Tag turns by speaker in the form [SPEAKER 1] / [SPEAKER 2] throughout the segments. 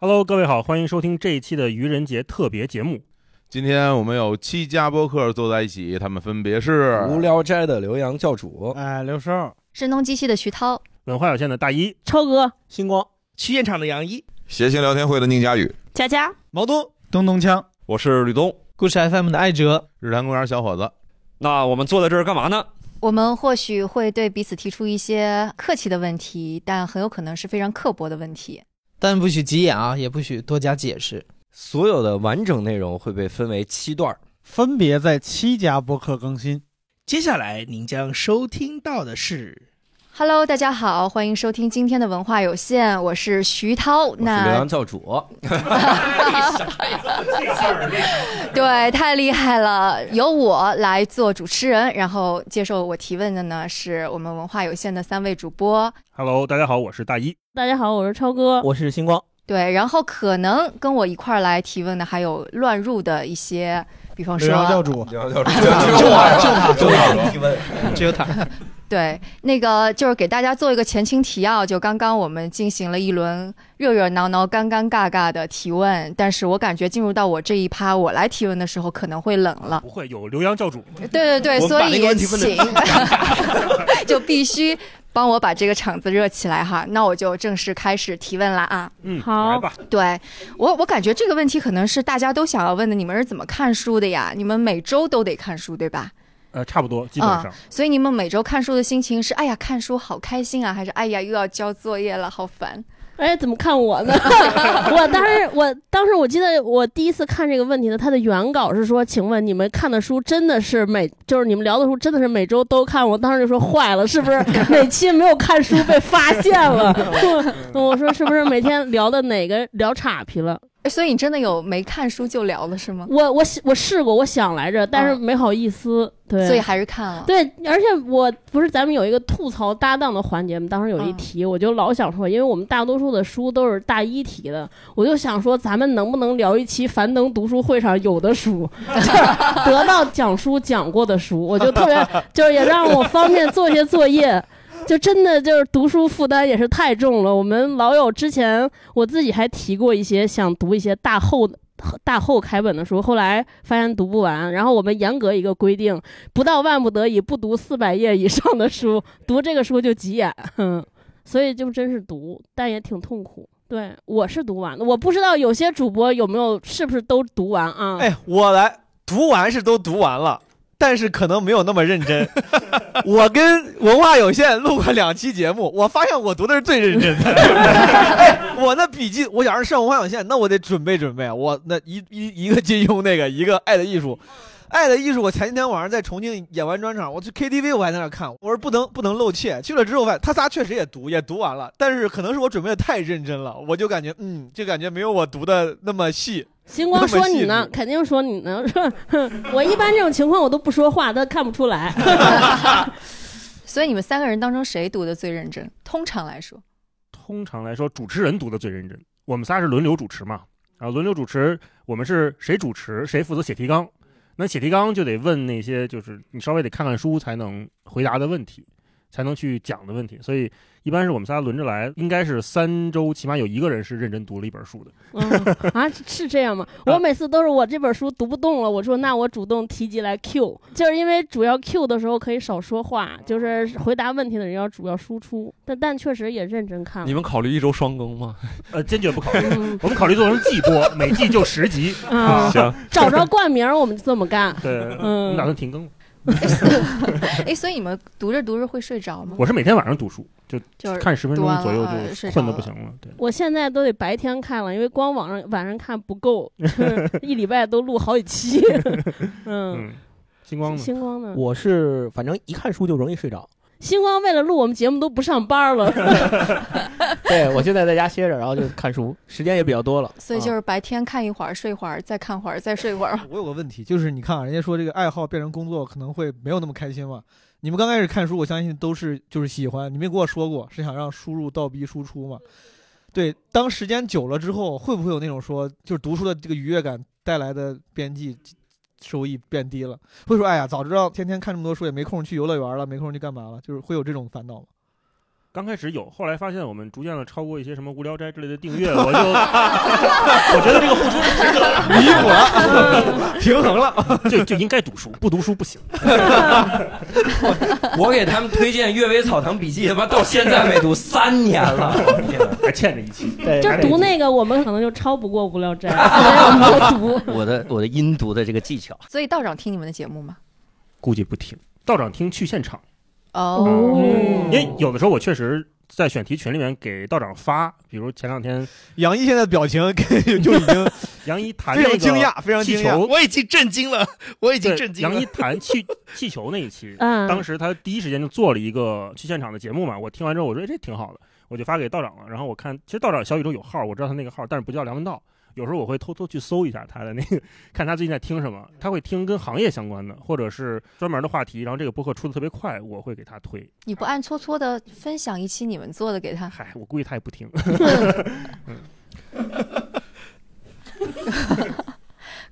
[SPEAKER 1] Hello，各位好，欢迎收听这一期的愚人节特别节目。
[SPEAKER 2] 今天我们有七家播客坐在一起，他们分别是
[SPEAKER 3] 无聊斋的刘洋教主，
[SPEAKER 4] 哎，刘寿，
[SPEAKER 5] 声东击西的徐涛，
[SPEAKER 1] 文化有限的大一，
[SPEAKER 6] 超哥、
[SPEAKER 4] 星光，去现场的杨一，
[SPEAKER 7] 谐星聊天会的宁佳宇，
[SPEAKER 6] 佳佳，
[SPEAKER 4] 毛东，
[SPEAKER 8] 东东锵，
[SPEAKER 7] 我是吕东。
[SPEAKER 4] 故事 FM 的艾哲，
[SPEAKER 2] 日坛公园小伙子。
[SPEAKER 7] 那我们坐在这儿干嘛呢？
[SPEAKER 5] 我们或许会对彼此提出一些客气的问题，但很有可能是非常刻薄的问题。
[SPEAKER 9] 但不许急眼啊，也不许多加解 释。
[SPEAKER 3] 所有的完整内容会被分为七段儿。
[SPEAKER 4] 分别在七家播客更新。
[SPEAKER 10] 接下来您将收听到的是
[SPEAKER 5] Hello，大家好，欢迎收听今天的文化有限，我是徐涛。
[SPEAKER 3] 我是刘
[SPEAKER 5] 那
[SPEAKER 3] 洋教主，
[SPEAKER 5] 对，太厉害了，由我来做主持人，然后接受我提问的呢是我们文化有限的三位主播。
[SPEAKER 1] Hello，大家好，我是大一。
[SPEAKER 6] 大家好，我是超哥。
[SPEAKER 4] 我是星光，
[SPEAKER 5] 对，然后可能跟我一块儿来提问的还有乱入的一些，比方
[SPEAKER 4] 刘洋教
[SPEAKER 5] 说，
[SPEAKER 4] 主，
[SPEAKER 3] 刘洋教主，
[SPEAKER 2] 就我
[SPEAKER 3] 提问，
[SPEAKER 9] 只有他
[SPEAKER 5] 对，那个就是给大家做一个前情提要，就刚刚我们进行了一轮热热闹闹、尴尴尬尬的提问，但是我感觉进入到我这一趴，我来提问的时候可能会冷了。
[SPEAKER 1] 不会有刘洋教主，
[SPEAKER 5] 对对对，
[SPEAKER 4] 我们
[SPEAKER 5] 所
[SPEAKER 4] 把那个
[SPEAKER 5] 以
[SPEAKER 4] 问题问得
[SPEAKER 5] 请 就必须帮我把这个场子热起来哈。那我就正式开始提问了啊。
[SPEAKER 1] 嗯，
[SPEAKER 6] 好
[SPEAKER 1] 来吧。
[SPEAKER 5] 对我，我感觉这个问题可能是大家都想要问的，你们是怎么看书的呀？你们每周都得看书，对吧？
[SPEAKER 1] 呃，差不多，基本上。
[SPEAKER 5] 所以你们每周看书的心情是：哎呀，看书好开心啊，还是哎呀，又要交作业了，好烦。
[SPEAKER 6] 哎，怎么看我 呢？我当时，我当时我记得我第一次看这个问题的，它的原稿是说，请问你们看的书真的是每，就是你们聊的书真的是每周都看？我当时就说坏了，是不是哪期没有看书被发现了？我我说是不是每天聊的哪个聊岔劈了？
[SPEAKER 5] 哎所以你真的有没看书就聊了是吗？
[SPEAKER 6] 我我我试过，我想来着，但是没好意思。 对，
[SPEAKER 5] 嗯所以还是看啊了。
[SPEAKER 6] 对，而且我不是咱们有一个吐槽搭档的环节吗？当时有一
[SPEAKER 5] 嗯
[SPEAKER 6] 题，我就老想说，因为我们大多数的书都是大一题的，我就想说，咱们能不能聊一期樊登读书会上有的书，就是 得到讲书讲过的书，我就特别就是也让我方便做一些作业。就真的就是读书负担也是太重了。我们老友之前我自己还提过一些想读一些大厚大厚开本的书，后来发现读不完。然后我们严格一个规定，不到万不得已不读四百页以上的书，读这个书就急眼，哼所以就真是读，但也挺痛苦。对，我是读完的，我不知道有些主播有没有是不是都读完啊？
[SPEAKER 4] 哎，我来读完是都读完了，但是可能没有那么认真。我跟文化有限录过两期节目，我发现我读的是最认真的。哎，我那笔记，我想是上文化有限，那我得准备准备。我那一一一个金庸那个，一个《爱的艺术》。《爱的艺术》，我前几天晚上在重庆演完专场，我去 KTV 我还在那看，我说不能不能露怯。去了之后发现他仨确实也读，也读完了，但是可能是我准备的太认真了，我就感觉嗯，就感觉没有我读的那么细。
[SPEAKER 6] 星光说你
[SPEAKER 4] 那么
[SPEAKER 6] 呢
[SPEAKER 4] 细，
[SPEAKER 6] 肯定说你呢。 说哼我一般这种情况我都不说话，他看不出来。
[SPEAKER 5] 所以你们三个人当中谁读的最认真？通常来说，
[SPEAKER 1] 通常来说，主持人读的最认真。我们仨是轮流主持嘛，啊，轮流主持，我们是谁主持，谁负责写提纲。那写提纲就得问那些，就是你稍微得看看书才能回答的问题，才能去讲的问题。所以一般是我们仨轮着来，应该是三周，起码有一个人是认真读了一本书的。
[SPEAKER 6] 嗯啊，是这样吗？我每次都是我这本书读不动了，我说那我主动提及来 Q，就是因为主要 Q 的时候可以少说话，就是回答问题的人要主要输出。但但确实也认真看
[SPEAKER 5] 嗯
[SPEAKER 7] 你
[SPEAKER 6] 了。
[SPEAKER 7] 们考虑一周双更吗？
[SPEAKER 1] 呃，坚决不考虑。
[SPEAKER 6] 嗯
[SPEAKER 1] 我们考虑做成季播，每季就十集。
[SPEAKER 6] 啊，
[SPEAKER 7] 行，
[SPEAKER 6] 找着冠名儿我们就这么干。
[SPEAKER 1] 对，我们打算停更了。
[SPEAKER 5] 哎，所以你们读着读着会睡着吗？
[SPEAKER 1] 我是每天晚上读书，就
[SPEAKER 5] 就是
[SPEAKER 1] 看十分
[SPEAKER 5] 读完
[SPEAKER 1] 钟
[SPEAKER 5] 了
[SPEAKER 1] 左右
[SPEAKER 5] 呃
[SPEAKER 1] 就
[SPEAKER 5] 睡
[SPEAKER 1] 困
[SPEAKER 5] 着
[SPEAKER 1] 得不
[SPEAKER 5] 了
[SPEAKER 1] 行了。对，
[SPEAKER 6] 我现在都得白天看了，因为光晚上晚上看不够，就是一礼拜都录好几期。嗯，
[SPEAKER 1] 嗯，星光呢？
[SPEAKER 6] 星光呢？
[SPEAKER 11] 我是反正一看书就容易睡着，
[SPEAKER 6] 星光为了录我们节目都不上班了，
[SPEAKER 11] 对我就在在家歇着，然后就看书， 时间也比较多了。、
[SPEAKER 5] 所以就是
[SPEAKER 11] 啊
[SPEAKER 5] 是白天看一会儿，睡会儿，再看会儿，再睡 会儿。
[SPEAKER 4] 我有个问题，就是你看啊，人家说这个爱好变成工作可能会没有那么开心嘛。你们刚开始看书，我相信都是就是喜欢，你没跟我说过是想让输入倒逼输出嘛？对，当时间久了之后，会不会有那种说，就是读书的这个愉悦感带来的边际收益变低了？会说，哎呀，早知道天天看这么多书，也没空去游乐园了，没空去干嘛了，就是会有这种烦恼吗？
[SPEAKER 1] 刚开始有，后来发现我们逐渐的超过一些什么无聊斋之类的订阅，我就我觉得这个付出是值得的，
[SPEAKER 4] 弥补了平衡
[SPEAKER 1] 了，就就应该读书，不读书不行。
[SPEAKER 3] 我给他们推荐《阅微草堂笔记》，他妈到现在没读，三年了，
[SPEAKER 1] 还欠着一期。
[SPEAKER 6] 就
[SPEAKER 3] 还得
[SPEAKER 6] 读那个，我们可能就超不过《无聊 斋》，所以我们就读。
[SPEAKER 3] 我的我的音读的这个技巧，
[SPEAKER 5] 所以道长听你们的节目吗？
[SPEAKER 1] 估计不听。道长听去现场，
[SPEAKER 5] 哦，
[SPEAKER 1] 因为
[SPEAKER 4] 哦
[SPEAKER 1] 有的时候我确实在选题群里面给道长发，比如前两天
[SPEAKER 4] 杨一现在表情 就已经
[SPEAKER 1] 杨一谈
[SPEAKER 4] 非常
[SPEAKER 1] 那个
[SPEAKER 4] 惊讶非常惊
[SPEAKER 1] 气球
[SPEAKER 4] 讶
[SPEAKER 1] 对，
[SPEAKER 10] 我已经震惊了，我已经震惊了。
[SPEAKER 1] 杨一谈气气球那一期，
[SPEAKER 6] 嗯
[SPEAKER 1] 当时他第一时间就做了一个去现场的节目嘛，我听完之后我说哎这挺好的，我就发给道长了。然后我看其实道长小宇宙有号，我知道他那个号，但是不叫梁文道。有时候我会偷偷去搜一下他的那个，看他最近在听什么。他会听跟行业相关的，或者是专门的话题。然后这个播客出的特别快，我会给他推。
[SPEAKER 5] 你不暗搓搓的分享一期你们做的给他，
[SPEAKER 1] 嗨，我估计他也不听。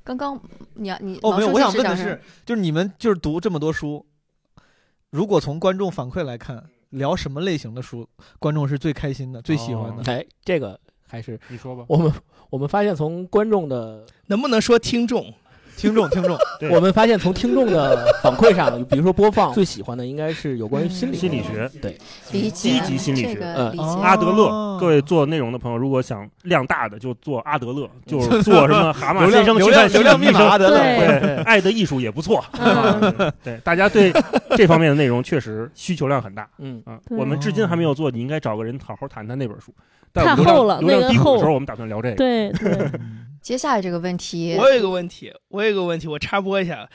[SPEAKER 5] 刚刚你要你
[SPEAKER 4] 哦，
[SPEAKER 5] 老
[SPEAKER 4] 没有，
[SPEAKER 5] 书
[SPEAKER 4] 我
[SPEAKER 5] 记
[SPEAKER 4] 想问的
[SPEAKER 5] 讲
[SPEAKER 4] 是
[SPEAKER 5] 什，
[SPEAKER 4] 就是你们就是读这么多书，如果从观众反馈来看，聊什么类型的书，观众是最开心的、最喜欢的？
[SPEAKER 11] 哎，这个还是
[SPEAKER 1] 你说吧，
[SPEAKER 11] 我们我们发现从观众的，
[SPEAKER 10] 能不能说听众？
[SPEAKER 4] 听众，听众，
[SPEAKER 1] 对
[SPEAKER 11] 我们发现从听众的反馈 上，比如说播放最喜欢的应该是有关于心理
[SPEAKER 1] 心理学，
[SPEAKER 11] 对，
[SPEAKER 5] 么理解
[SPEAKER 1] 积极心理
[SPEAKER 5] 这
[SPEAKER 1] 学嗯啊
[SPEAKER 5] 个理解、嗯
[SPEAKER 4] 哦
[SPEAKER 1] 阿德勒，各位做内容的朋友，如果想量大的，就做阿德勒， 就是做什么蛤蟆
[SPEAKER 4] 流
[SPEAKER 1] 先
[SPEAKER 4] 量
[SPEAKER 1] 生
[SPEAKER 4] 流
[SPEAKER 1] 去
[SPEAKER 4] 量
[SPEAKER 1] 看
[SPEAKER 4] 流
[SPEAKER 1] 心
[SPEAKER 4] 量
[SPEAKER 1] 理
[SPEAKER 4] 密
[SPEAKER 1] 医
[SPEAKER 4] 码啊
[SPEAKER 1] 生。
[SPEAKER 4] 阿德勒，
[SPEAKER 6] 对
[SPEAKER 1] 对，爱的艺术也不错。
[SPEAKER 6] 嗯
[SPEAKER 1] 啊 对，大家对这方面的内容确实需求量很大。
[SPEAKER 11] 嗯，
[SPEAKER 1] 啊，
[SPEAKER 6] 对
[SPEAKER 1] 我们至今还没有做，你应该找个人好好谈谈那本书。但
[SPEAKER 6] 太
[SPEAKER 1] 流量
[SPEAKER 6] 厚了
[SPEAKER 1] 流
[SPEAKER 6] 那
[SPEAKER 1] 量
[SPEAKER 6] 个
[SPEAKER 1] 低谷的时
[SPEAKER 6] 厚
[SPEAKER 1] 候，我们打算聊 这个。
[SPEAKER 6] 对对，
[SPEAKER 5] 接下来这个问题，
[SPEAKER 10] 我有一个问题，我有一个问题，我插播一下。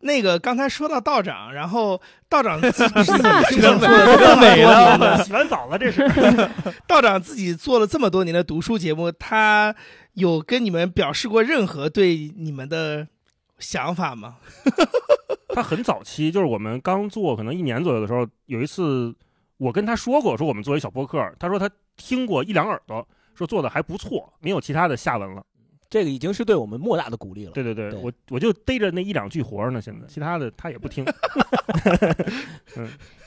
[SPEAKER 10] 那个刚才说到道长，然后道长自己
[SPEAKER 4] 这个美
[SPEAKER 10] 这美了，
[SPEAKER 1] 洗完澡了，这是
[SPEAKER 10] 道长自己做了这么多年的读书节目，他有跟你们表示过任何对你们的想法吗？
[SPEAKER 1] 他很早期，就是我们刚做可能一年左右的时候，有一次我跟他说过，说我们做一小播客，他说他听过一两耳朵，说做的还不错，没有其他的下文了。
[SPEAKER 11] 这个已经是对我们莫大的鼓励了。
[SPEAKER 1] 对对对，
[SPEAKER 11] 对
[SPEAKER 1] 我我就逮着那一两句活着呢，现在其他的他也不听。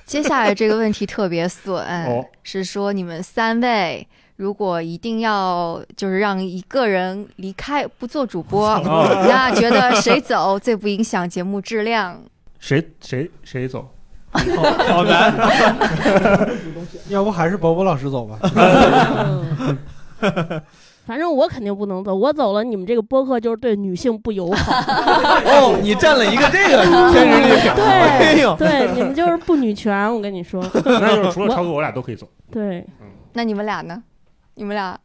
[SPEAKER 5] 接下来这个问题特别损，
[SPEAKER 1] 哦
[SPEAKER 5] 是说你们三位如果一定要就是让一个人离开不做主播，
[SPEAKER 1] 哦
[SPEAKER 5] 那觉得谁走最不影响节目质量？
[SPEAKER 1] 谁谁谁走？
[SPEAKER 4] 好难。
[SPEAKER 9] 要不还是博博老师走吧？
[SPEAKER 6] 嗯反正我肯定不能走，我走了，你们这个播客就是对女性不友好。
[SPEAKER 4] 哦，你占了一个这个
[SPEAKER 1] 啊
[SPEAKER 4] 天时 地利，哎
[SPEAKER 6] 对
[SPEAKER 4] 呦，
[SPEAKER 6] 对，你们就是不女权，我跟你说。
[SPEAKER 1] 那就是除了超哥，我俩都可以走。
[SPEAKER 6] 对，
[SPEAKER 5] 那你们俩呢？你们俩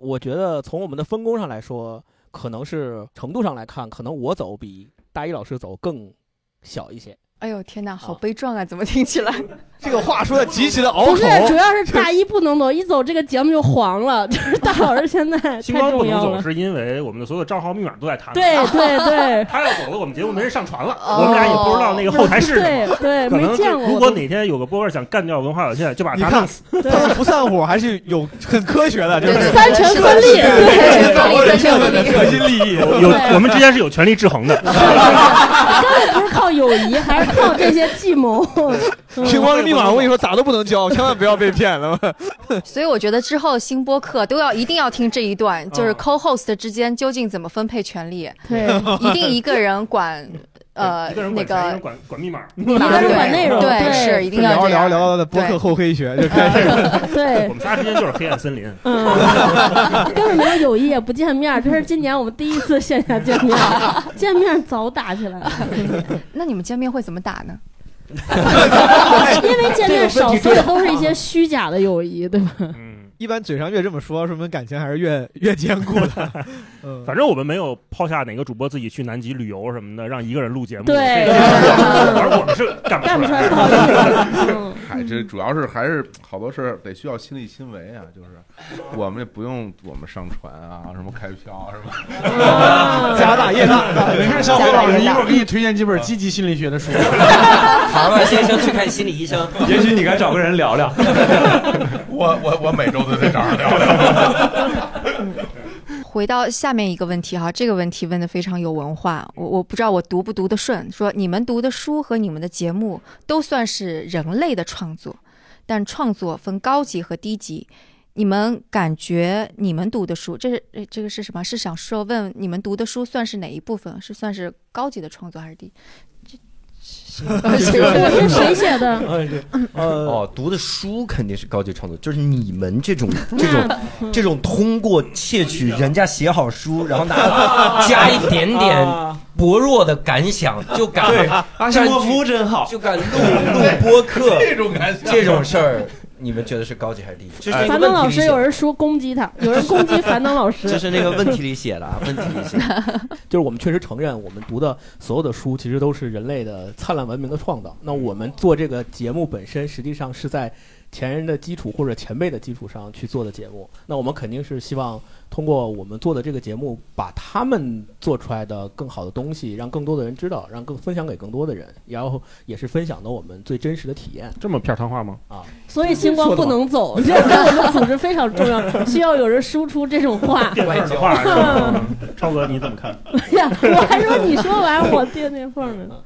[SPEAKER 11] 我觉得从我们的分工上来说，可能是程度上来看，可能我走比大一老师走更小一些。
[SPEAKER 5] 哎呦天哪，好
[SPEAKER 11] 啊
[SPEAKER 5] 悲壮啊！怎么听起 来？
[SPEAKER 4] 这个话说的极其的拗
[SPEAKER 6] 不是
[SPEAKER 4] 口。，
[SPEAKER 6] 主要是大一不能走，一走这个节目就黄了。就是大老师 现在
[SPEAKER 1] 星
[SPEAKER 6] 太
[SPEAKER 1] 光不
[SPEAKER 6] 重
[SPEAKER 1] 能
[SPEAKER 6] 要
[SPEAKER 1] 走，
[SPEAKER 6] 了。
[SPEAKER 1] 是因为我们的所有账号密码都在他那。
[SPEAKER 6] 对，对对，
[SPEAKER 1] 他要走了，我们节目没人上传了，
[SPEAKER 5] 哦
[SPEAKER 1] 我们俩也不知道那个后台是什么。
[SPEAKER 6] 对对，
[SPEAKER 1] 可
[SPEAKER 6] 没
[SPEAKER 1] 能就
[SPEAKER 6] 见过。
[SPEAKER 1] 如
[SPEAKER 6] 我
[SPEAKER 1] 果
[SPEAKER 6] 都
[SPEAKER 1] 哪天有个播客想干掉文化有限，就把
[SPEAKER 4] 你
[SPEAKER 1] 他
[SPEAKER 4] 看
[SPEAKER 1] 弄死。
[SPEAKER 4] 他们不散伙还是有很科学的，就是
[SPEAKER 5] 对
[SPEAKER 6] 三权分立，对，
[SPEAKER 5] 对对对
[SPEAKER 4] 核心利益。
[SPEAKER 1] 有我们之间是有权利制衡的。
[SPEAKER 6] 根本不是靠友谊，还是靠这些计 谋。嗯
[SPEAKER 4] 星光密码，我跟你说，咋都不能交，千万不要被骗了。
[SPEAKER 5] 所以我觉得之后新播客都要一定要听这一段，就是
[SPEAKER 1] 嗯
[SPEAKER 5] co-host 之间究竟怎么分配 权利，
[SPEAKER 6] 对，
[SPEAKER 5] 一定一个人管，呃
[SPEAKER 1] 一个，人
[SPEAKER 5] 那
[SPEAKER 1] 管钱，一个
[SPEAKER 5] 个
[SPEAKER 1] 人管管密码。
[SPEAKER 5] 密码
[SPEAKER 6] 一个人管
[SPEAKER 5] 对
[SPEAKER 6] 内容
[SPEAKER 5] 对，
[SPEAKER 6] 对
[SPEAKER 5] 是一定要
[SPEAKER 4] 聊
[SPEAKER 5] 这
[SPEAKER 4] 聊
[SPEAKER 5] 样。
[SPEAKER 4] 聊到的博客厚黑学就开始
[SPEAKER 1] 我
[SPEAKER 6] 对，
[SPEAKER 1] 们仨之间就是黑暗森 林。
[SPEAKER 6] 嗯，根本没有友谊，也不见面，这是今年我们第一次线下见 面，见面早打起来了，
[SPEAKER 5] 那你们见面会怎么打呢？
[SPEAKER 6] 因为见面少，所以都是一些虚假的友谊，对 吧？
[SPEAKER 1] 嗯，
[SPEAKER 4] 一般嘴上越这么说，说明感情还是越越坚固 的。嗯，
[SPEAKER 1] 反正我们没有抛下哪个主播自己去南极旅游什么的，让一个人录节目。
[SPEAKER 6] 对
[SPEAKER 1] 这个 反正我们是干
[SPEAKER 6] 干
[SPEAKER 1] 不
[SPEAKER 6] 不
[SPEAKER 1] 出
[SPEAKER 6] 出
[SPEAKER 1] 来
[SPEAKER 6] 来
[SPEAKER 1] 的
[SPEAKER 6] 不。好意思。嗯，
[SPEAKER 2] 嗨，这主要是还是好多事儿得需要亲力亲为啊，就是我们也不用我们上传啊，什么开票啊，什么
[SPEAKER 6] 嗯
[SPEAKER 4] 家大业大，
[SPEAKER 9] 你看小辉老师，一会儿给你推荐几本积极心理学的书。
[SPEAKER 3] 蛤蟆先 生去看心理 医生，
[SPEAKER 8] 也许你该找个人聊聊。
[SPEAKER 2] 我我我每周都在这儿聊 聊。
[SPEAKER 5] 回到下面一个问题哈，这个问题问的非常有文化，我我不知道我读不读得顺。说你们读的书和你们的节目都算是人类的创作，但创作分高级和低级。你们感觉你们读的书，这是呃这个是什么？是想说问你们读的书算是哪一部分？是算是高级的创作还是低？
[SPEAKER 6] 是谁写的？
[SPEAKER 11] 呃
[SPEAKER 3] 哦，读的书肯定是高级创作，就是你们这种这种这种通过窃取人家写好书，然后 拿加一点点薄弱的感想，就敢
[SPEAKER 8] 对阿西莫夫
[SPEAKER 3] 真好，就敢录录播客 这种感
[SPEAKER 8] 想
[SPEAKER 3] 这种事儿，你们觉得是高级还是低级？这是一个
[SPEAKER 6] 樊
[SPEAKER 3] 问
[SPEAKER 6] 登老
[SPEAKER 3] 题
[SPEAKER 6] 师
[SPEAKER 3] 里
[SPEAKER 6] 有 人说攻击他，有人攻击樊登老师，
[SPEAKER 3] 这是那个问题里写的啊，问题里写的。
[SPEAKER 11] 就是我们确实承认，我们读的所有的书其实都是人类的灿烂文明的创造。那我们做这个节目本身，实际上是在前人的基础或者前辈的基础上去做的节目。那我们肯定是希望通过我们做的这个节目，把他们做出来的更好的东西，让更多的人知道，让更分享给更多的人，然后也是分享的我们最真实的体验。
[SPEAKER 1] 这么片儿汤话 吗？
[SPEAKER 11] 啊，
[SPEAKER 6] 所以星光不能走，这对我们组织非常重要，需要有人输出这种话。
[SPEAKER 1] 垫底话，嗯超哥你怎么看？
[SPEAKER 6] 呀，我还说你说完我垫那缝儿呢。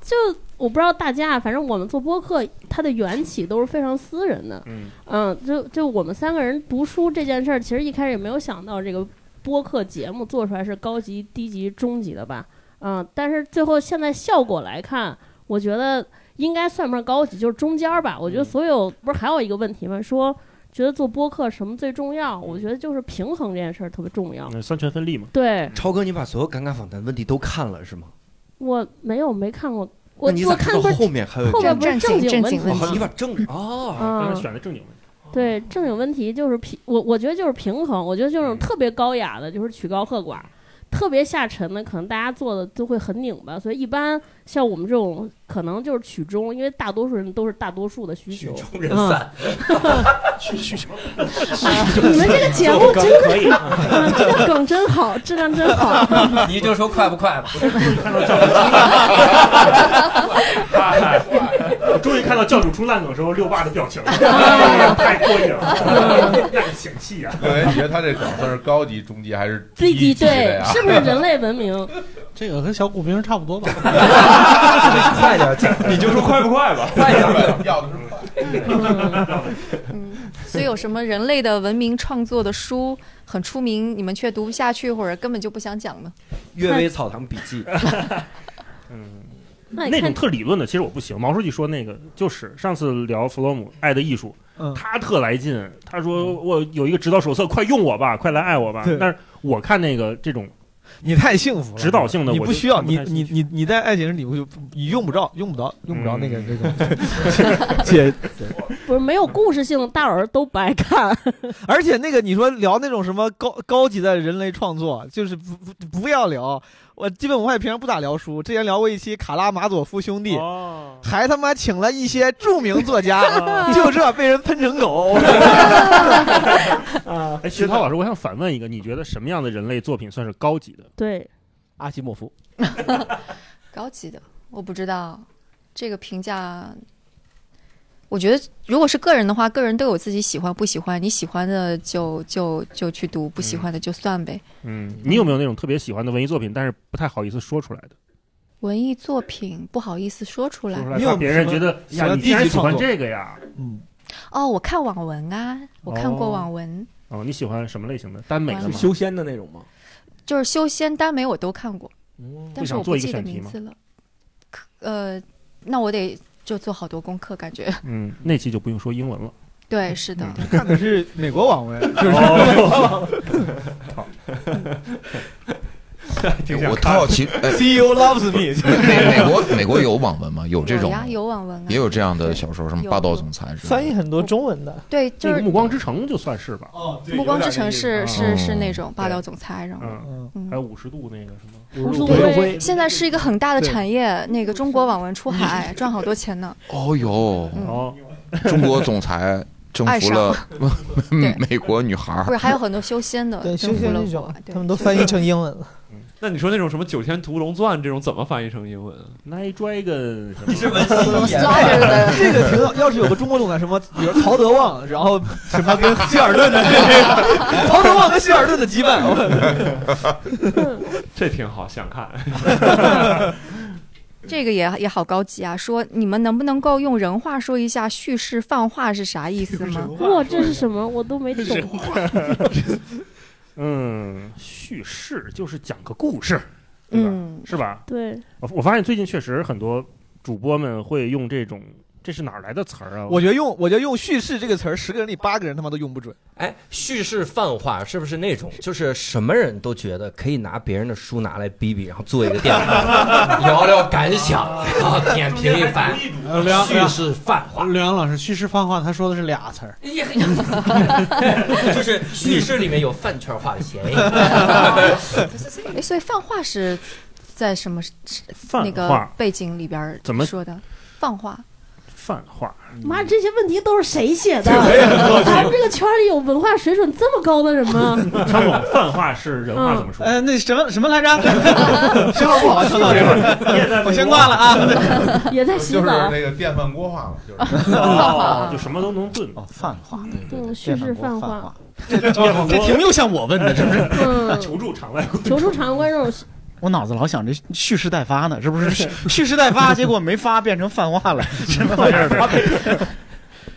[SPEAKER 6] 就我不知道大家，反正我们做播客，它的缘起都是非常私人的。
[SPEAKER 1] 嗯
[SPEAKER 6] 就就我们三个人读书这件事儿，其实一开始也没有想到这个播客节目做出来是高级、低级、中级的吧？嗯，但是最后现在效果来看，我觉得应该算不上高级，就是中间儿吧。我觉得所有不是还有一个问题吗？说觉得做播客什么最重要？我觉得就是平衡这件事儿特别重要。
[SPEAKER 1] 三嗯权分立嘛。
[SPEAKER 6] 对，
[SPEAKER 3] 超哥，你把所有尴尬访谈问题都看了是吗？
[SPEAKER 6] 我没有没看过，
[SPEAKER 3] 那
[SPEAKER 6] 我
[SPEAKER 3] 你
[SPEAKER 6] 我
[SPEAKER 3] 咋知
[SPEAKER 6] 看
[SPEAKER 3] 道
[SPEAKER 6] 不是
[SPEAKER 3] 后面还有
[SPEAKER 6] 后面不是
[SPEAKER 3] 一个
[SPEAKER 6] 正经问题
[SPEAKER 3] 哦
[SPEAKER 6] 吗？
[SPEAKER 3] 你把正 哦，
[SPEAKER 6] 嗯
[SPEAKER 1] 刚才选的正经问题。
[SPEAKER 6] 对正经问题就是平，我我觉得就是平衡，我觉得
[SPEAKER 3] 嗯
[SPEAKER 6] 就是特别高雅的，就是曲高和寡；特别下沉的，可能大家做的都会很拧巴。所以一般像我们这种，可能就是曲中，因为大多数人都是大多数的需求。曲
[SPEAKER 3] 中人散，
[SPEAKER 6] 曲中。啊 你们这个节目真
[SPEAKER 3] 可以
[SPEAKER 6] 的，啊这个梗真好，质量真好。
[SPEAKER 3] 你就说快不快吧。
[SPEAKER 1] 我 终于看到教主出烂梗时候六爸的表情 了，太过瘾
[SPEAKER 6] 嗯
[SPEAKER 1] 了，那个嫌弃呀！
[SPEAKER 2] 各位，你觉得他这梗算是高级、中级还是
[SPEAKER 6] 低
[SPEAKER 2] 级
[SPEAKER 6] 级
[SPEAKER 2] 的
[SPEAKER 6] 对
[SPEAKER 2] 呀？，
[SPEAKER 3] 啊
[SPEAKER 6] 是不是人类文 明？
[SPEAKER 9] 这个跟小股评差不多吧？
[SPEAKER 3] 快点进，
[SPEAKER 8] 你就说快不快吧，
[SPEAKER 3] 快点
[SPEAKER 2] 要的是快。
[SPEAKER 5] 嗯所以有什么人类的文明创作的书很出名，你们却读不下去，或者根本就不想讲呢？
[SPEAKER 3] 阅微草堂笔记，
[SPEAKER 6] 那
[SPEAKER 1] 嗯那种特理论的，其实我不行。毛书记说那个就是上次聊弗洛姆《爱的艺术》，
[SPEAKER 6] 嗯
[SPEAKER 4] 嗯
[SPEAKER 1] 他特来劲，他说我有一个指导手册，快用我吧，快来爱我吧
[SPEAKER 4] 对。
[SPEAKER 1] 但是我看那个这种
[SPEAKER 4] 你太幸福 了，
[SPEAKER 1] 指导性的
[SPEAKER 4] 你
[SPEAKER 1] 我
[SPEAKER 4] 不
[SPEAKER 1] 就
[SPEAKER 4] 需要，
[SPEAKER 1] 看不
[SPEAKER 4] 你
[SPEAKER 1] 太
[SPEAKER 4] 你你你在爱情里不就你用不着，用不着，用不着那个那
[SPEAKER 6] 嗯
[SPEAKER 4] 个姐，
[SPEAKER 6] 不是没有故事性的大人都不爱看。
[SPEAKER 4] 而且那个你说聊那种什么高高级的人类创作，就是不不不要聊。我基本文化也平常不咋聊书，之前聊过一期《卡拉马佐夫兄
[SPEAKER 1] 哦
[SPEAKER 4] 弟》，还他妈请了一些著名 作家，就这被人喷成狗。
[SPEAKER 6] 啊
[SPEAKER 1] 哎，徐涛老师，我想反问一个，你觉得什么样的人类作品算是高级的？
[SPEAKER 6] 对，
[SPEAKER 11] 阿西莫夫，
[SPEAKER 5] 高级的，我不知道这个评价。我觉得，如果是个人的话，个人都有自己喜欢不喜欢，你喜欢的就就就去读，不喜欢的就算呗。
[SPEAKER 1] 嗯，你有没有那种特别喜欢的文艺作品，但是不太好意思说出来的？
[SPEAKER 5] 文艺作品不好意思说出来
[SPEAKER 1] 说出来怕别人觉得
[SPEAKER 4] 喜
[SPEAKER 1] 呀，
[SPEAKER 4] 欢
[SPEAKER 1] 你竟然
[SPEAKER 4] 低级
[SPEAKER 1] 喜欢
[SPEAKER 4] 创作
[SPEAKER 1] 这个呀？
[SPEAKER 4] 嗯，
[SPEAKER 5] 哦，我看网文啊，我看过
[SPEAKER 1] 哦
[SPEAKER 5] 网文，
[SPEAKER 1] 哦，你喜欢什么类型的？耽美的
[SPEAKER 5] 完
[SPEAKER 1] 吗？
[SPEAKER 5] 了
[SPEAKER 11] 修仙的那种吗？
[SPEAKER 5] 就是修仙、耽美我都看过，
[SPEAKER 11] 哦
[SPEAKER 5] 但是
[SPEAKER 1] 嗯会想
[SPEAKER 5] 我
[SPEAKER 1] 做
[SPEAKER 5] 不
[SPEAKER 1] 一个
[SPEAKER 5] 记得
[SPEAKER 1] 选题
[SPEAKER 5] 名
[SPEAKER 1] 吗
[SPEAKER 5] 字了。可呃，那我得就做好多功课，感觉。
[SPEAKER 1] 嗯，那期就不用说英文了。
[SPEAKER 5] 对，是的，
[SPEAKER 4] 看的是美国网文，就是
[SPEAKER 1] 哦
[SPEAKER 12] 我特好奇哎
[SPEAKER 4] CEO loves me，
[SPEAKER 12] 美美美国美国有网文吗？有这种
[SPEAKER 5] 有呀，有网文啊，
[SPEAKER 12] 也有这样的小说，什么
[SPEAKER 5] 有
[SPEAKER 12] 霸道总裁是吧？
[SPEAKER 5] 翻译
[SPEAKER 9] 很多中文的，
[SPEAKER 1] 那
[SPEAKER 5] 对，就
[SPEAKER 1] 个《
[SPEAKER 5] 是
[SPEAKER 1] 暮光之城》就算是吧。
[SPEAKER 9] 哦，
[SPEAKER 5] 《暮光之城》是是是那
[SPEAKER 1] 哦
[SPEAKER 5] 种霸道总裁，然后
[SPEAKER 1] 嗯，
[SPEAKER 5] 嗯
[SPEAKER 1] 还有五十度那个什么
[SPEAKER 5] 无
[SPEAKER 1] 十
[SPEAKER 5] 所谓，现在是一个很大的产业，那个中国网文
[SPEAKER 9] 嗯
[SPEAKER 5] 出海赚好多钱 呢。
[SPEAKER 12] 哦哟，
[SPEAKER 1] 哦，
[SPEAKER 12] 中国总裁征
[SPEAKER 5] 爱
[SPEAKER 12] 服
[SPEAKER 5] 上
[SPEAKER 12] 了
[SPEAKER 5] 对
[SPEAKER 12] 美国女孩儿，
[SPEAKER 5] 不是，还有很多修仙的，
[SPEAKER 9] 对
[SPEAKER 5] 征
[SPEAKER 9] 修
[SPEAKER 5] 服
[SPEAKER 9] 仙
[SPEAKER 5] 了
[SPEAKER 9] 那种
[SPEAKER 5] 我啊对
[SPEAKER 9] 他们都翻译成英文了。
[SPEAKER 8] 那你说那种什么《九天屠龙传》这种怎么翻译成英文啊？
[SPEAKER 1] Night Dragon，你
[SPEAKER 8] 是
[SPEAKER 1] 文
[SPEAKER 8] 西
[SPEAKER 1] 言
[SPEAKER 4] 这个挺好。要是有个中国总裁，什么比如曹德旺，然后什么跟希尔顿的这个， 哦曹德旺跟希尔顿的羁绊，我
[SPEAKER 6] 嗯
[SPEAKER 8] 这挺好，想看。
[SPEAKER 5] 这个也也好高级啊！说你们能不能够用人话说一下叙事泛化是啥意思吗？
[SPEAKER 6] 哇，这是什么？我都没懂。
[SPEAKER 1] 嗯，叙事就是讲个故事，对吧？
[SPEAKER 6] 嗯
[SPEAKER 1] 是吧？
[SPEAKER 6] 对，
[SPEAKER 1] 我我发现最近确实很多主播们会用这种，这是哪儿来的词儿啊？
[SPEAKER 4] 我觉得用我觉得用叙事这个词儿，十个人里八个人他妈都用不准。
[SPEAKER 3] 哎，叙事泛化是不是那种，就是什么人都觉得可以拿别人的书拿来逼逼，然后做一个电 台，聊聊感想，然后点评一番
[SPEAKER 9] 呃，梁，
[SPEAKER 3] 叙事泛 化。
[SPEAKER 9] 梁老师，叙事泛化，他说的是俩词儿。
[SPEAKER 3] 就是叙事里面有饭圈化的嫌 疑。
[SPEAKER 5] 哎，所以泛化是在什么是那个
[SPEAKER 1] 化
[SPEAKER 5] 背景里边儿
[SPEAKER 1] 怎么
[SPEAKER 5] 说的？泛化，
[SPEAKER 1] 泛化，
[SPEAKER 6] 妈，这些问题都是谁写的？
[SPEAKER 1] 我也很好奇
[SPEAKER 6] 咱们这个圈里有文化水准这么高的人吗？
[SPEAKER 1] 张总，泛化是人话
[SPEAKER 6] 嗯
[SPEAKER 1] 怎么说？
[SPEAKER 4] 呃，那什么什么来 着？信号不好，信号 不好，我先挂了啊。
[SPEAKER 6] 也在
[SPEAKER 2] 就是那个电饭锅话嘛，
[SPEAKER 5] 啊
[SPEAKER 2] 就是
[SPEAKER 1] 哦就什么都能炖。
[SPEAKER 13] 哦，泛化，对
[SPEAKER 6] 对对叙事泛化，
[SPEAKER 13] 这
[SPEAKER 4] 这题目又像我问 的，是不是？
[SPEAKER 6] 嗯，
[SPEAKER 1] 求助场外，
[SPEAKER 6] 求助场外观众。
[SPEAKER 13] 我脑子老想这蓄势待发呢，是不 是？蓄势待发，结果没发，变成泛化了，什么玩意儿？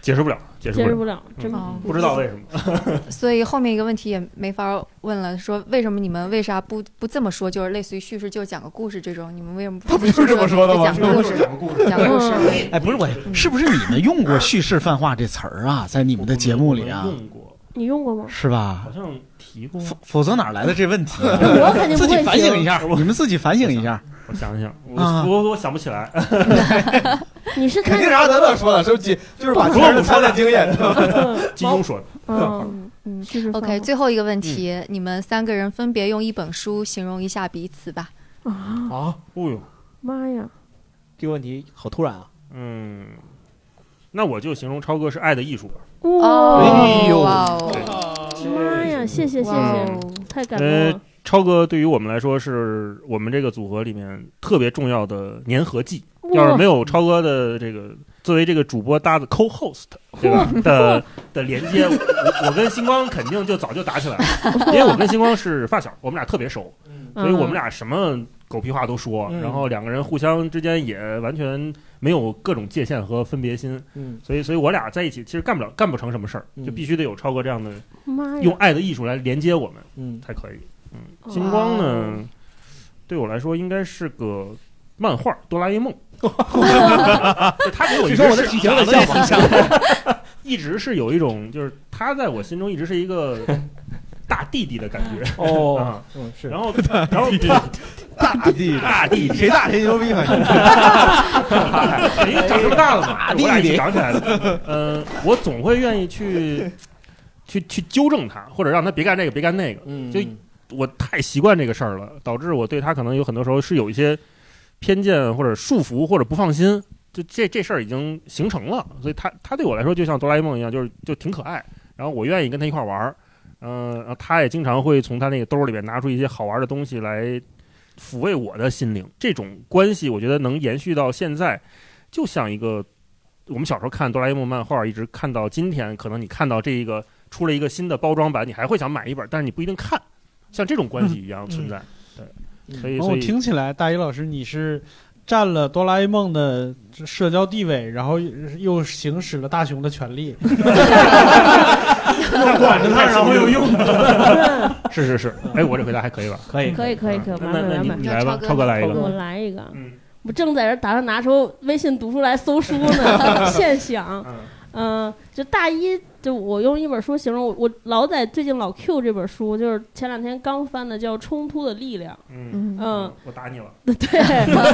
[SPEAKER 1] 解释不了，解释
[SPEAKER 6] 接受
[SPEAKER 1] 不
[SPEAKER 6] 不
[SPEAKER 1] 了，
[SPEAKER 6] 了，真
[SPEAKER 5] 嗯
[SPEAKER 1] 不知道为什么。
[SPEAKER 5] 所以后面一个问题也没法问了，说为什么你们为啥不不这么说？就是类似于叙事，就讲个故事这种，你们为什么不
[SPEAKER 13] 不是这么说的吗
[SPEAKER 5] 讲 个故事，讲个故事，讲故事。
[SPEAKER 13] 哎，不是我，是不是你们用过“叙事泛化”这词儿啊？在你们的节目里啊，
[SPEAKER 6] 你用过吗？
[SPEAKER 13] 是吧？
[SPEAKER 1] 好像提过，
[SPEAKER 13] 否则哪来的这问题啊？
[SPEAKER 6] 我肯定不
[SPEAKER 13] 自
[SPEAKER 6] 会
[SPEAKER 13] 己反省一下
[SPEAKER 1] 听，
[SPEAKER 13] 你们自己反省一 下。
[SPEAKER 1] 我想想，我
[SPEAKER 13] 啊
[SPEAKER 1] 我我想不起来，
[SPEAKER 6] 你是看
[SPEAKER 4] 肯定是阿德勒 说的，是不是？就是把
[SPEAKER 1] 不
[SPEAKER 4] 别
[SPEAKER 1] 是我
[SPEAKER 4] 人 的参战经验。
[SPEAKER 1] 金庸说的。
[SPEAKER 6] 嗯嗯
[SPEAKER 5] ，OK，最后一个问题，你们三个人分别用一本书形容一下彼此吧。
[SPEAKER 6] 啊，
[SPEAKER 1] 啊，哦呦，
[SPEAKER 6] 妈呀！
[SPEAKER 11] 这个问题好突然啊！
[SPEAKER 1] 嗯，那我就形容超哥是爱的艺术吧。
[SPEAKER 5] 哦
[SPEAKER 6] 哇
[SPEAKER 1] 哎呦哇
[SPEAKER 6] 妈呀！谢谢谢
[SPEAKER 5] 哦
[SPEAKER 6] 谢，太感动
[SPEAKER 1] 呃
[SPEAKER 6] 了。，
[SPEAKER 1] 超哥对于我们来说是我们这个组合里面特别重要的粘合剂。
[SPEAKER 6] 哇
[SPEAKER 1] 要是没有超哥的这个作为这个主播搭的 co-host，对吧？
[SPEAKER 6] 嚯
[SPEAKER 1] 的的连接，我我跟星光肯定就早就打起来了，因为我跟星光是发小，我们俩特别熟，所以我们俩什么狗屁话都说，
[SPEAKER 11] 嗯
[SPEAKER 1] 然后两个人互相之间也完全没有各种界限和分别心，
[SPEAKER 11] 嗯
[SPEAKER 1] 所以所以我俩在一起其实干不了干不成什么事儿，就必须得有超哥这样的
[SPEAKER 6] 嗯妈呀！
[SPEAKER 1] 用爱的艺术来连接我们，
[SPEAKER 11] 嗯，
[SPEAKER 1] 才可以。嗯，星光呢，对我来说应该是个漫画《哆啦 A 梦》对，他给我一直
[SPEAKER 11] 你说我的体型很像吗
[SPEAKER 1] 长得也挺像的 一直是有一种就是他在我心中一直是一个大弟弟的感觉。
[SPEAKER 11] 哦
[SPEAKER 1] 啊
[SPEAKER 11] 嗯是
[SPEAKER 1] 然后然后
[SPEAKER 4] 大弟弟，
[SPEAKER 1] 大弟弟
[SPEAKER 4] 谁大谁牛 逼，反正。
[SPEAKER 1] 因为哎长这么大了嘛，
[SPEAKER 4] 大
[SPEAKER 1] 我俩一
[SPEAKER 4] 弟
[SPEAKER 1] 起
[SPEAKER 4] 弟
[SPEAKER 1] 长起来的。嗯，我总会愿意去去去纠正他，或者让他别干这个，别干那个。
[SPEAKER 11] 嗯
[SPEAKER 1] 就我太习惯这个事儿了，导致我对他可能有很多时候是有一些偏见或者束缚或者不放心。就这这事儿已经形成了，所以他他对我来说就像哆啦 A 梦一样，就是就挺可爱。然后我愿意跟他一块儿玩儿，嗯、然后他也经常会从他那个兜儿里边拿出一些好玩的东西来抚慰我的心灵。这种关系，我觉得能延续到现在，就像一个我们小时候看哆啦 A 梦漫画，一直看到今天，可能你看到这一个出了一个新的包装版，你还会想买一本，但是你不一定看，像这种关系一样存在。对，所以
[SPEAKER 9] 然后
[SPEAKER 1] 所
[SPEAKER 9] 我
[SPEAKER 1] 以
[SPEAKER 9] 哦听起来，大一老师你是占了哆啦 A 梦的社交地位，然后又行使了大雄的权利，又管着他，然后又用他。
[SPEAKER 1] 是是是，哎，我这回答还可以吧？
[SPEAKER 9] 可
[SPEAKER 6] 可以可以可以，
[SPEAKER 1] 那
[SPEAKER 6] 完
[SPEAKER 1] 那嗯那
[SPEAKER 6] 美完
[SPEAKER 1] 你
[SPEAKER 6] 美。
[SPEAKER 1] 你来吧，超哥来一个。
[SPEAKER 6] 我来一个。我正在这儿打算拿出微信读书来搜书呢，现想。嗯、就大一，就我用一本书形容我，我老在最近老 Q 这本书，就是前两天刚翻的，叫《冲突的力量》。
[SPEAKER 1] 嗯
[SPEAKER 6] 嗯，
[SPEAKER 1] 我打你了。
[SPEAKER 6] 对，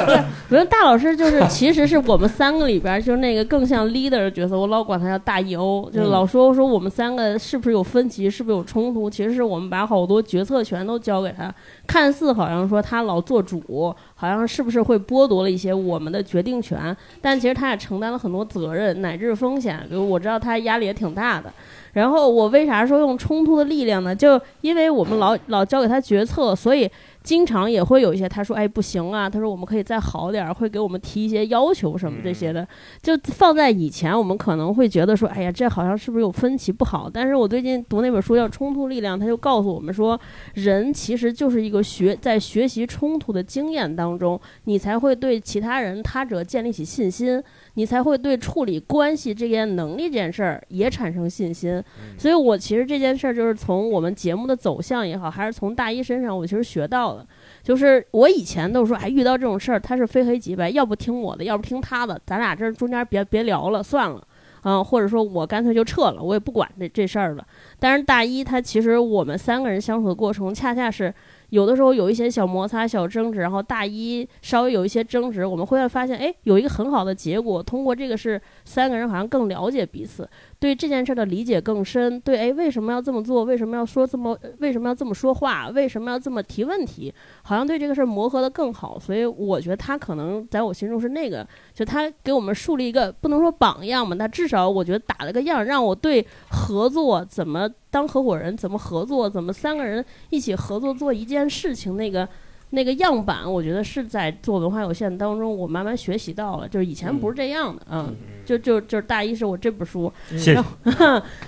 [SPEAKER 6] 我觉得大老师就是，其实是我们三个里边儿，就是那个更像 leader 的角色。我老管他叫大 EO，就是老说说我们三个是不是有分歧，是不是有冲突。其实是我们把好多决策权都交给他，看似好像说他老做主，好像是不是会剥夺了一些我们的决定权，但其实他也承担了很多责任乃至风险。比如我知道他压力也挺大的。然后我为啥说用冲突的力量呢？就因为我们老老交给他决策，所以经常也会有一些他说：“哎，不行啊！”他说：“我们可以再好点儿。”会给我们提一些要求什么这些的。就放在以前，我们可能会觉得说：“哎呀，这好像是不是有分歧不好？”但是我最近读那本书叫《冲突力量》，他就告诉我们说，人其实就是一个学在学习冲突的经验当中，你才会对其他人、他者建立起信心，你才会对处理关系这件能力这件事儿也产生信心。所以我其实这件事儿就是从我们节目的走向也好，还是从大一身上，我其实学到的，就是我以前都说，哎，遇到这种事儿，他是非黑即白，要不听我的，要不听他的，咱俩这中间别别聊了，算了。啊、或者说我干脆就撤了，我也不管这这事儿了。但是大一他其实我们三个人相处的过程，恰恰是有的时候有一些小摩擦、小争执，然后大一稍微有一些争执，我们会发现，哎，有一个很好的结果。通过这个是三个人好像更了解彼此，对这件事的理解更深，对，哎，为什么要这么做？为什么要说这么？呃为什么要这么说话？为什么要这么提问题？好像对这个事儿磨合的更好。所以我觉得他可能在我心中是那个，就他给我们树立一个不能说榜样嘛，但至少我觉得打了个样，让我对合作怎么当合伙人，怎么合作，怎么三个人一起合作做一件事情那个。那个样板，我觉得是在做文化有限当中，我慢慢学习到了，就是以前不是这样的，嗯，就就就是大一是我这本书，
[SPEAKER 1] 谢谢
[SPEAKER 6] 然后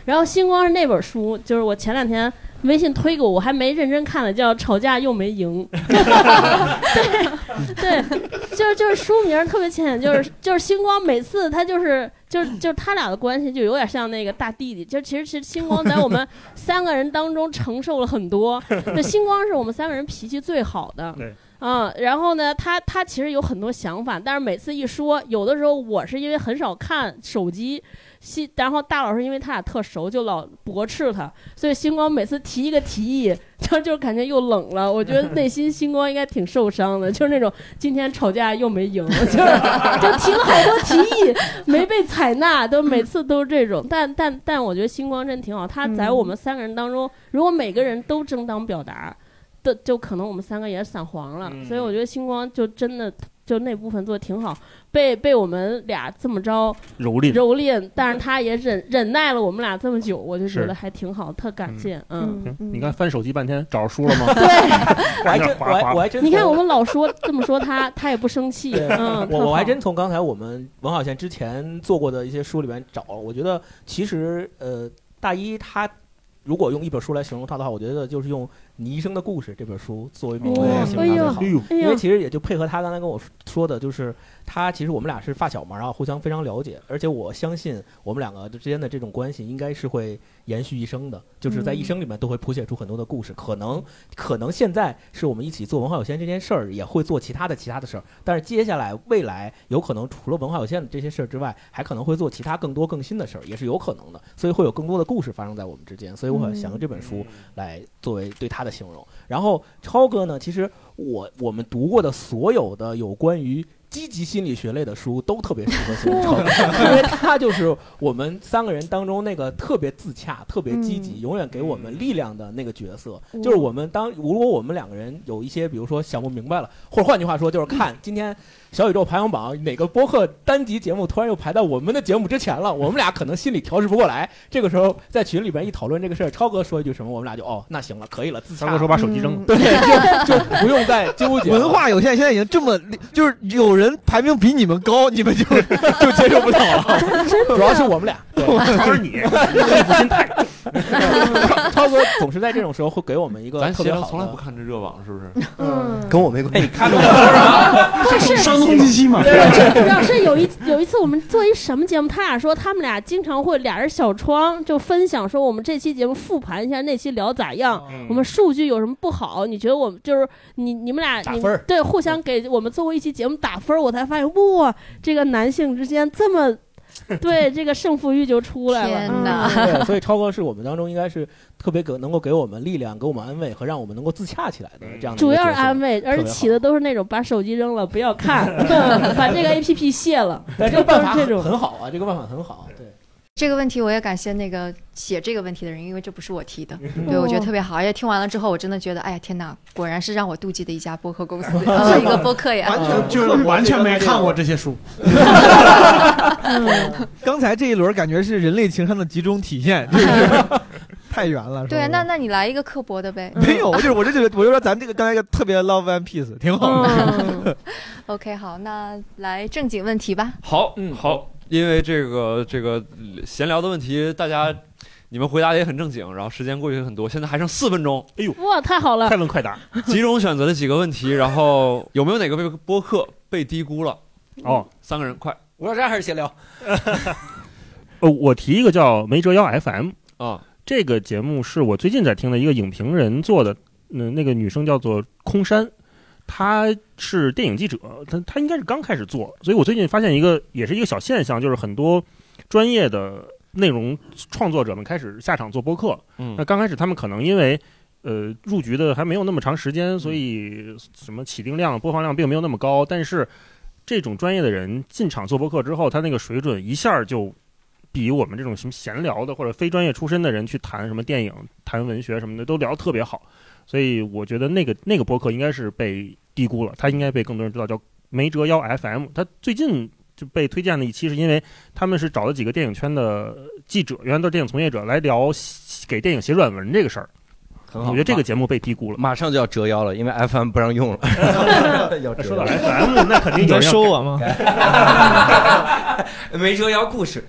[SPEAKER 6] 然后星光是那本书，就是我前两天微信推给我，我还没认真看呢，叫《吵架又没赢》， 对对，就是就是书名特别浅，就是就是星光每次他就是。就是就是他俩的关系就有点像那个大弟弟，就其实其实星光在我们三个人当中承受了很多，就星光是我们三个人脾气最好的，
[SPEAKER 1] 对，
[SPEAKER 6] 嗯，然后呢，他他其实有很多想法，但是每次一说，有的时候我是因为很少看手机，西，然后大老师因为他俩特熟，就老驳斥他，所以星光每次提一个提议，就就感觉又冷了。我觉得内心星光应该挺受伤的，就是那种今天吵架又没赢， 就是就提了好多提议没被采纳，都每次都是这种。但但但我觉得星光真挺好，他在我们三个人当中，如果每个人都正当表达。的就可能我们三个也散黄了，所以我觉得星光就真的就那部分做的挺好，被被我们俩这么着
[SPEAKER 1] 蹂
[SPEAKER 11] 嗯
[SPEAKER 1] 躏
[SPEAKER 6] 蹂躏，但是他也忍忍耐了我们俩这么久，我就觉
[SPEAKER 1] 是
[SPEAKER 6] 得还挺好，特感谢，嗯。
[SPEAKER 1] 行你看翻手机半天，找着书了吗？
[SPEAKER 6] 对
[SPEAKER 1] 我还 真
[SPEAKER 11] 我还我还真
[SPEAKER 6] 你看我们老说这么说他，他也不生气，嗯，特
[SPEAKER 11] 我我还
[SPEAKER 6] 好
[SPEAKER 11] 真从刚才我们文好贤之前做过的一些书里边找，我觉得其实呃，大一他如果用一本书来形容他的话，我觉得就是用《你一生的故事》这本书作为名字来形容他最好，
[SPEAKER 6] 哎呦哎呦
[SPEAKER 11] 因为其啊实也就配合他刚才跟我说的，就是他其实我们俩是发小嘛，然后互相非常了解，而且我相信我们两个之间的这种关系应该是会延续一生的，就是在一生里面都会谱写出很多的故事，可能可能现在是我们一起做文化有限这件事儿，也会做其他的其他的事儿，但是接下来未来有可能除了文化有限的这些事儿之外，还可能会做其他更多更新的事儿，也是有可能的，所以会有更多的故事发生在我们之间，所以我很想
[SPEAKER 6] 嗯
[SPEAKER 11] 用这本书来作为对他的形容。然后超哥呢，其实我我们读过的所有的有关于积极心理学类的书都特别适合形容超哥，因为他就是我们三个人当中那个特别自洽、特别积极、永远给我们力量的那个角色。
[SPEAKER 3] 嗯
[SPEAKER 11] 就是我们当如果我们两个人有一些，比如说想不明白了，或者换句话说，就是看今天小宇宙排行榜哪个播客单集节目突然又排到我们的节目之前了，我们俩可能心里调试不过来。这个时候在群里边一讨论这个事儿，超哥说一句什么，我们俩就哦，那行了，可以了，自洽了。
[SPEAKER 1] 超哥说把手机扔了
[SPEAKER 11] 对，就就不用再纠 结了。
[SPEAKER 4] 文化有限，现在已经这么，就是有人排名比你们高，你们就就接受不了了。
[SPEAKER 11] 主要是我们 俩，
[SPEAKER 4] 主要是你，
[SPEAKER 11] 超哥总是在这种时候会给我们一个
[SPEAKER 8] 咱
[SPEAKER 11] 特
[SPEAKER 8] 协
[SPEAKER 11] 别
[SPEAKER 8] 商
[SPEAKER 11] 好
[SPEAKER 8] 从来
[SPEAKER 11] 的
[SPEAKER 8] 不看这热网，是不是？
[SPEAKER 11] 跟我没关系。
[SPEAKER 3] 哎
[SPEAKER 11] 你看
[SPEAKER 6] 不
[SPEAKER 11] 啊
[SPEAKER 6] 是
[SPEAKER 13] 声东击西嘛
[SPEAKER 6] 老师有一有一次我们做一什么节目，他俩说他们俩经常会俩人小窗就分享说我们这期节目复盘一下那期聊咋样，我们数据有什么不好？你觉得我们就是你你们俩
[SPEAKER 11] 打
[SPEAKER 6] 你
[SPEAKER 11] 分儿
[SPEAKER 6] 对互相给我们做过一期节目打分儿，我才发现哇，这个男性之间这么对这个胜负欲就出来了。
[SPEAKER 5] 天哪
[SPEAKER 6] 嗯
[SPEAKER 11] 对，所以超哥是我们当中应该是特别给能够给我们力量、给我们安慰和让我们能够自洽起来的这样的一个角色。
[SPEAKER 6] 主要是安慰，而且
[SPEAKER 11] 特别好
[SPEAKER 6] 起的都是那种把手机扔了，不要 看，把这个 A P P 卸了。
[SPEAKER 11] 但这个办法
[SPEAKER 6] 都是这种
[SPEAKER 11] 很好啊，这个办法很好。对，
[SPEAKER 5] 这个问题我也感谢那个写这个问题的人，因为这不是我提的， 对
[SPEAKER 14] 哦
[SPEAKER 5] 我觉得
[SPEAKER 6] 嗯
[SPEAKER 5] 特别好。而且听完了之后，我真的觉得，哎呀天哪，果然是让我妒忌的一家播客公司，呃一个播客呀。
[SPEAKER 9] 就是 完全没看过这些书。
[SPEAKER 4] 刚才这一轮感觉是人类情商的集中体现，就是 太圆了。是吧
[SPEAKER 5] 对，那那你来一个刻薄的呗。
[SPEAKER 4] 没有，我就是我就觉得，我就说咱们这个刚才一个特别 love and peace 挺好的。
[SPEAKER 5] OK，好，那来正经问题吧。
[SPEAKER 7] 好，嗯好，因为这个这个闲聊的问题，大家你们回答的也很正经，然后时间过去很多，现在还剩四分钟，
[SPEAKER 1] 哎呦，
[SPEAKER 6] 嗯哇，太好了，
[SPEAKER 1] 快问快答，
[SPEAKER 7] 集中选择了几个问题，然后有没有哪个被播客被低估了？
[SPEAKER 1] 哦，
[SPEAKER 7] 三个人快，
[SPEAKER 15] 我这还是闲聊。
[SPEAKER 1] 呃，我提一个叫没折腰 FM
[SPEAKER 7] 啊，
[SPEAKER 1] 这个节目是我最近在听的一个影评人做的，嗯、那个女生叫做空山，她是电影记者，她她应该是刚开始做，所以我最近发现一个也是一个小现象，就是很多专业的内容创作者们开始下场做播客，
[SPEAKER 7] 嗯
[SPEAKER 1] 那刚开始他们可能因为。呃，入局的还没有那么长时间，所以
[SPEAKER 7] 嗯
[SPEAKER 1] 什么起订量、播放量并没有那么高。但是这种专业的人进场做播客之后，他那个水准一下就比我们这种什么闲聊的或者非专业出身的人去谈什么电影、谈文学什么的，都聊得特别好。所以我觉得那个那个播客应该是被低估了，它应该被更多人知道，叫没折腰 FM。它最近就被推荐的一期，是因为他们是找了几个电影圈的记者，原来都是电影从业者来聊给电影写软文这个事儿。
[SPEAKER 3] 很好
[SPEAKER 1] 我觉得这个节目被低估了，
[SPEAKER 3] 马上就要折腰了，因为 FM 不让用 了。要折
[SPEAKER 1] 说
[SPEAKER 3] 腰
[SPEAKER 1] 到 FM，那肯定有 人要改
[SPEAKER 4] 吗？
[SPEAKER 3] 没折腰故事，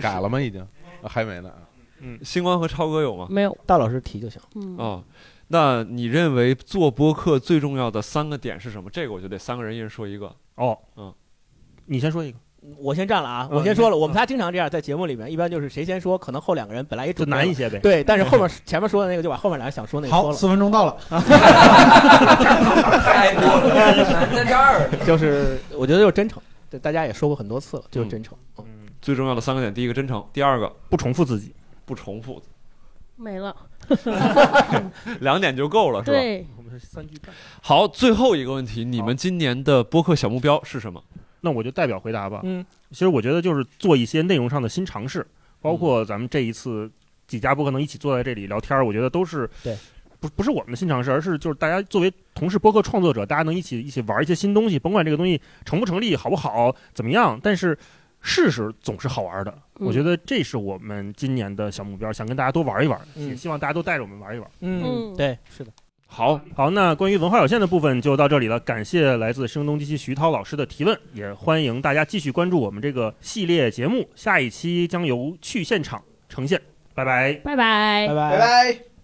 [SPEAKER 2] 改了吗？已经、啊还没呢。
[SPEAKER 7] 嗯，星光和超哥有吗？
[SPEAKER 6] 没有，嗯
[SPEAKER 11] 大老师提就行。
[SPEAKER 7] 哦，那你认为做播客最重要的三个点是什么？这个我就得三个人一人说一个。
[SPEAKER 1] 哦，
[SPEAKER 7] 嗯，
[SPEAKER 1] 你先说一个，
[SPEAKER 11] 我先占了啊！
[SPEAKER 7] 嗯
[SPEAKER 11] 我先说了，我们仨经常这样，在节目里面一般就是谁先说，可能后两个人本来也准备了
[SPEAKER 1] 就难一些呗
[SPEAKER 11] 对，但是后面前面说的那个就把后面俩想说那个说
[SPEAKER 9] 好，
[SPEAKER 11] 了。
[SPEAKER 9] 四分钟到了，
[SPEAKER 11] 太
[SPEAKER 3] 多了难在这儿。
[SPEAKER 11] 就是我觉得就是真诚，对大家也说过很多次了，
[SPEAKER 7] 嗯
[SPEAKER 11] 就是真诚。
[SPEAKER 7] 最重要的三个点，第一个真诚，第二个
[SPEAKER 1] 嗯不重复自己，
[SPEAKER 7] 不重复，
[SPEAKER 6] 没了。
[SPEAKER 7] 两点就够了，是吧？
[SPEAKER 6] 对，
[SPEAKER 1] 我们是三句半。
[SPEAKER 7] 好，最后一个问题，你们今年的播客小目标是什么？
[SPEAKER 1] 那我就代表回答吧。
[SPEAKER 7] 嗯，
[SPEAKER 1] 其实我觉得就是做一些内容上的新尝试，包
[SPEAKER 11] 嗯
[SPEAKER 1] 括咱们这一次几家播客能一起坐在这里聊天儿，我觉得都是
[SPEAKER 11] 对，
[SPEAKER 1] 不不是我们的新尝试，而是就是大家作为同是播客创作者，大家能一起一起玩一些新东西，甭管这个东西成不成立、好不好、怎么样，但是试试总是好玩的。
[SPEAKER 11] 嗯
[SPEAKER 1] 我觉得这是我们今年的小目标，想跟大家多玩一玩，
[SPEAKER 11] 嗯
[SPEAKER 1] 也希望大家都带着我们玩一玩。
[SPEAKER 11] 嗯，对，是的。
[SPEAKER 7] 好
[SPEAKER 1] 好，那关于文化有限的部分就到这里了。感谢来自声东击西徐涛老师的提问，也欢迎大家继续关注我们这个系列节目，下一期将由去现场呈现。拜拜，
[SPEAKER 6] 拜拜，
[SPEAKER 1] 拜拜拜拜。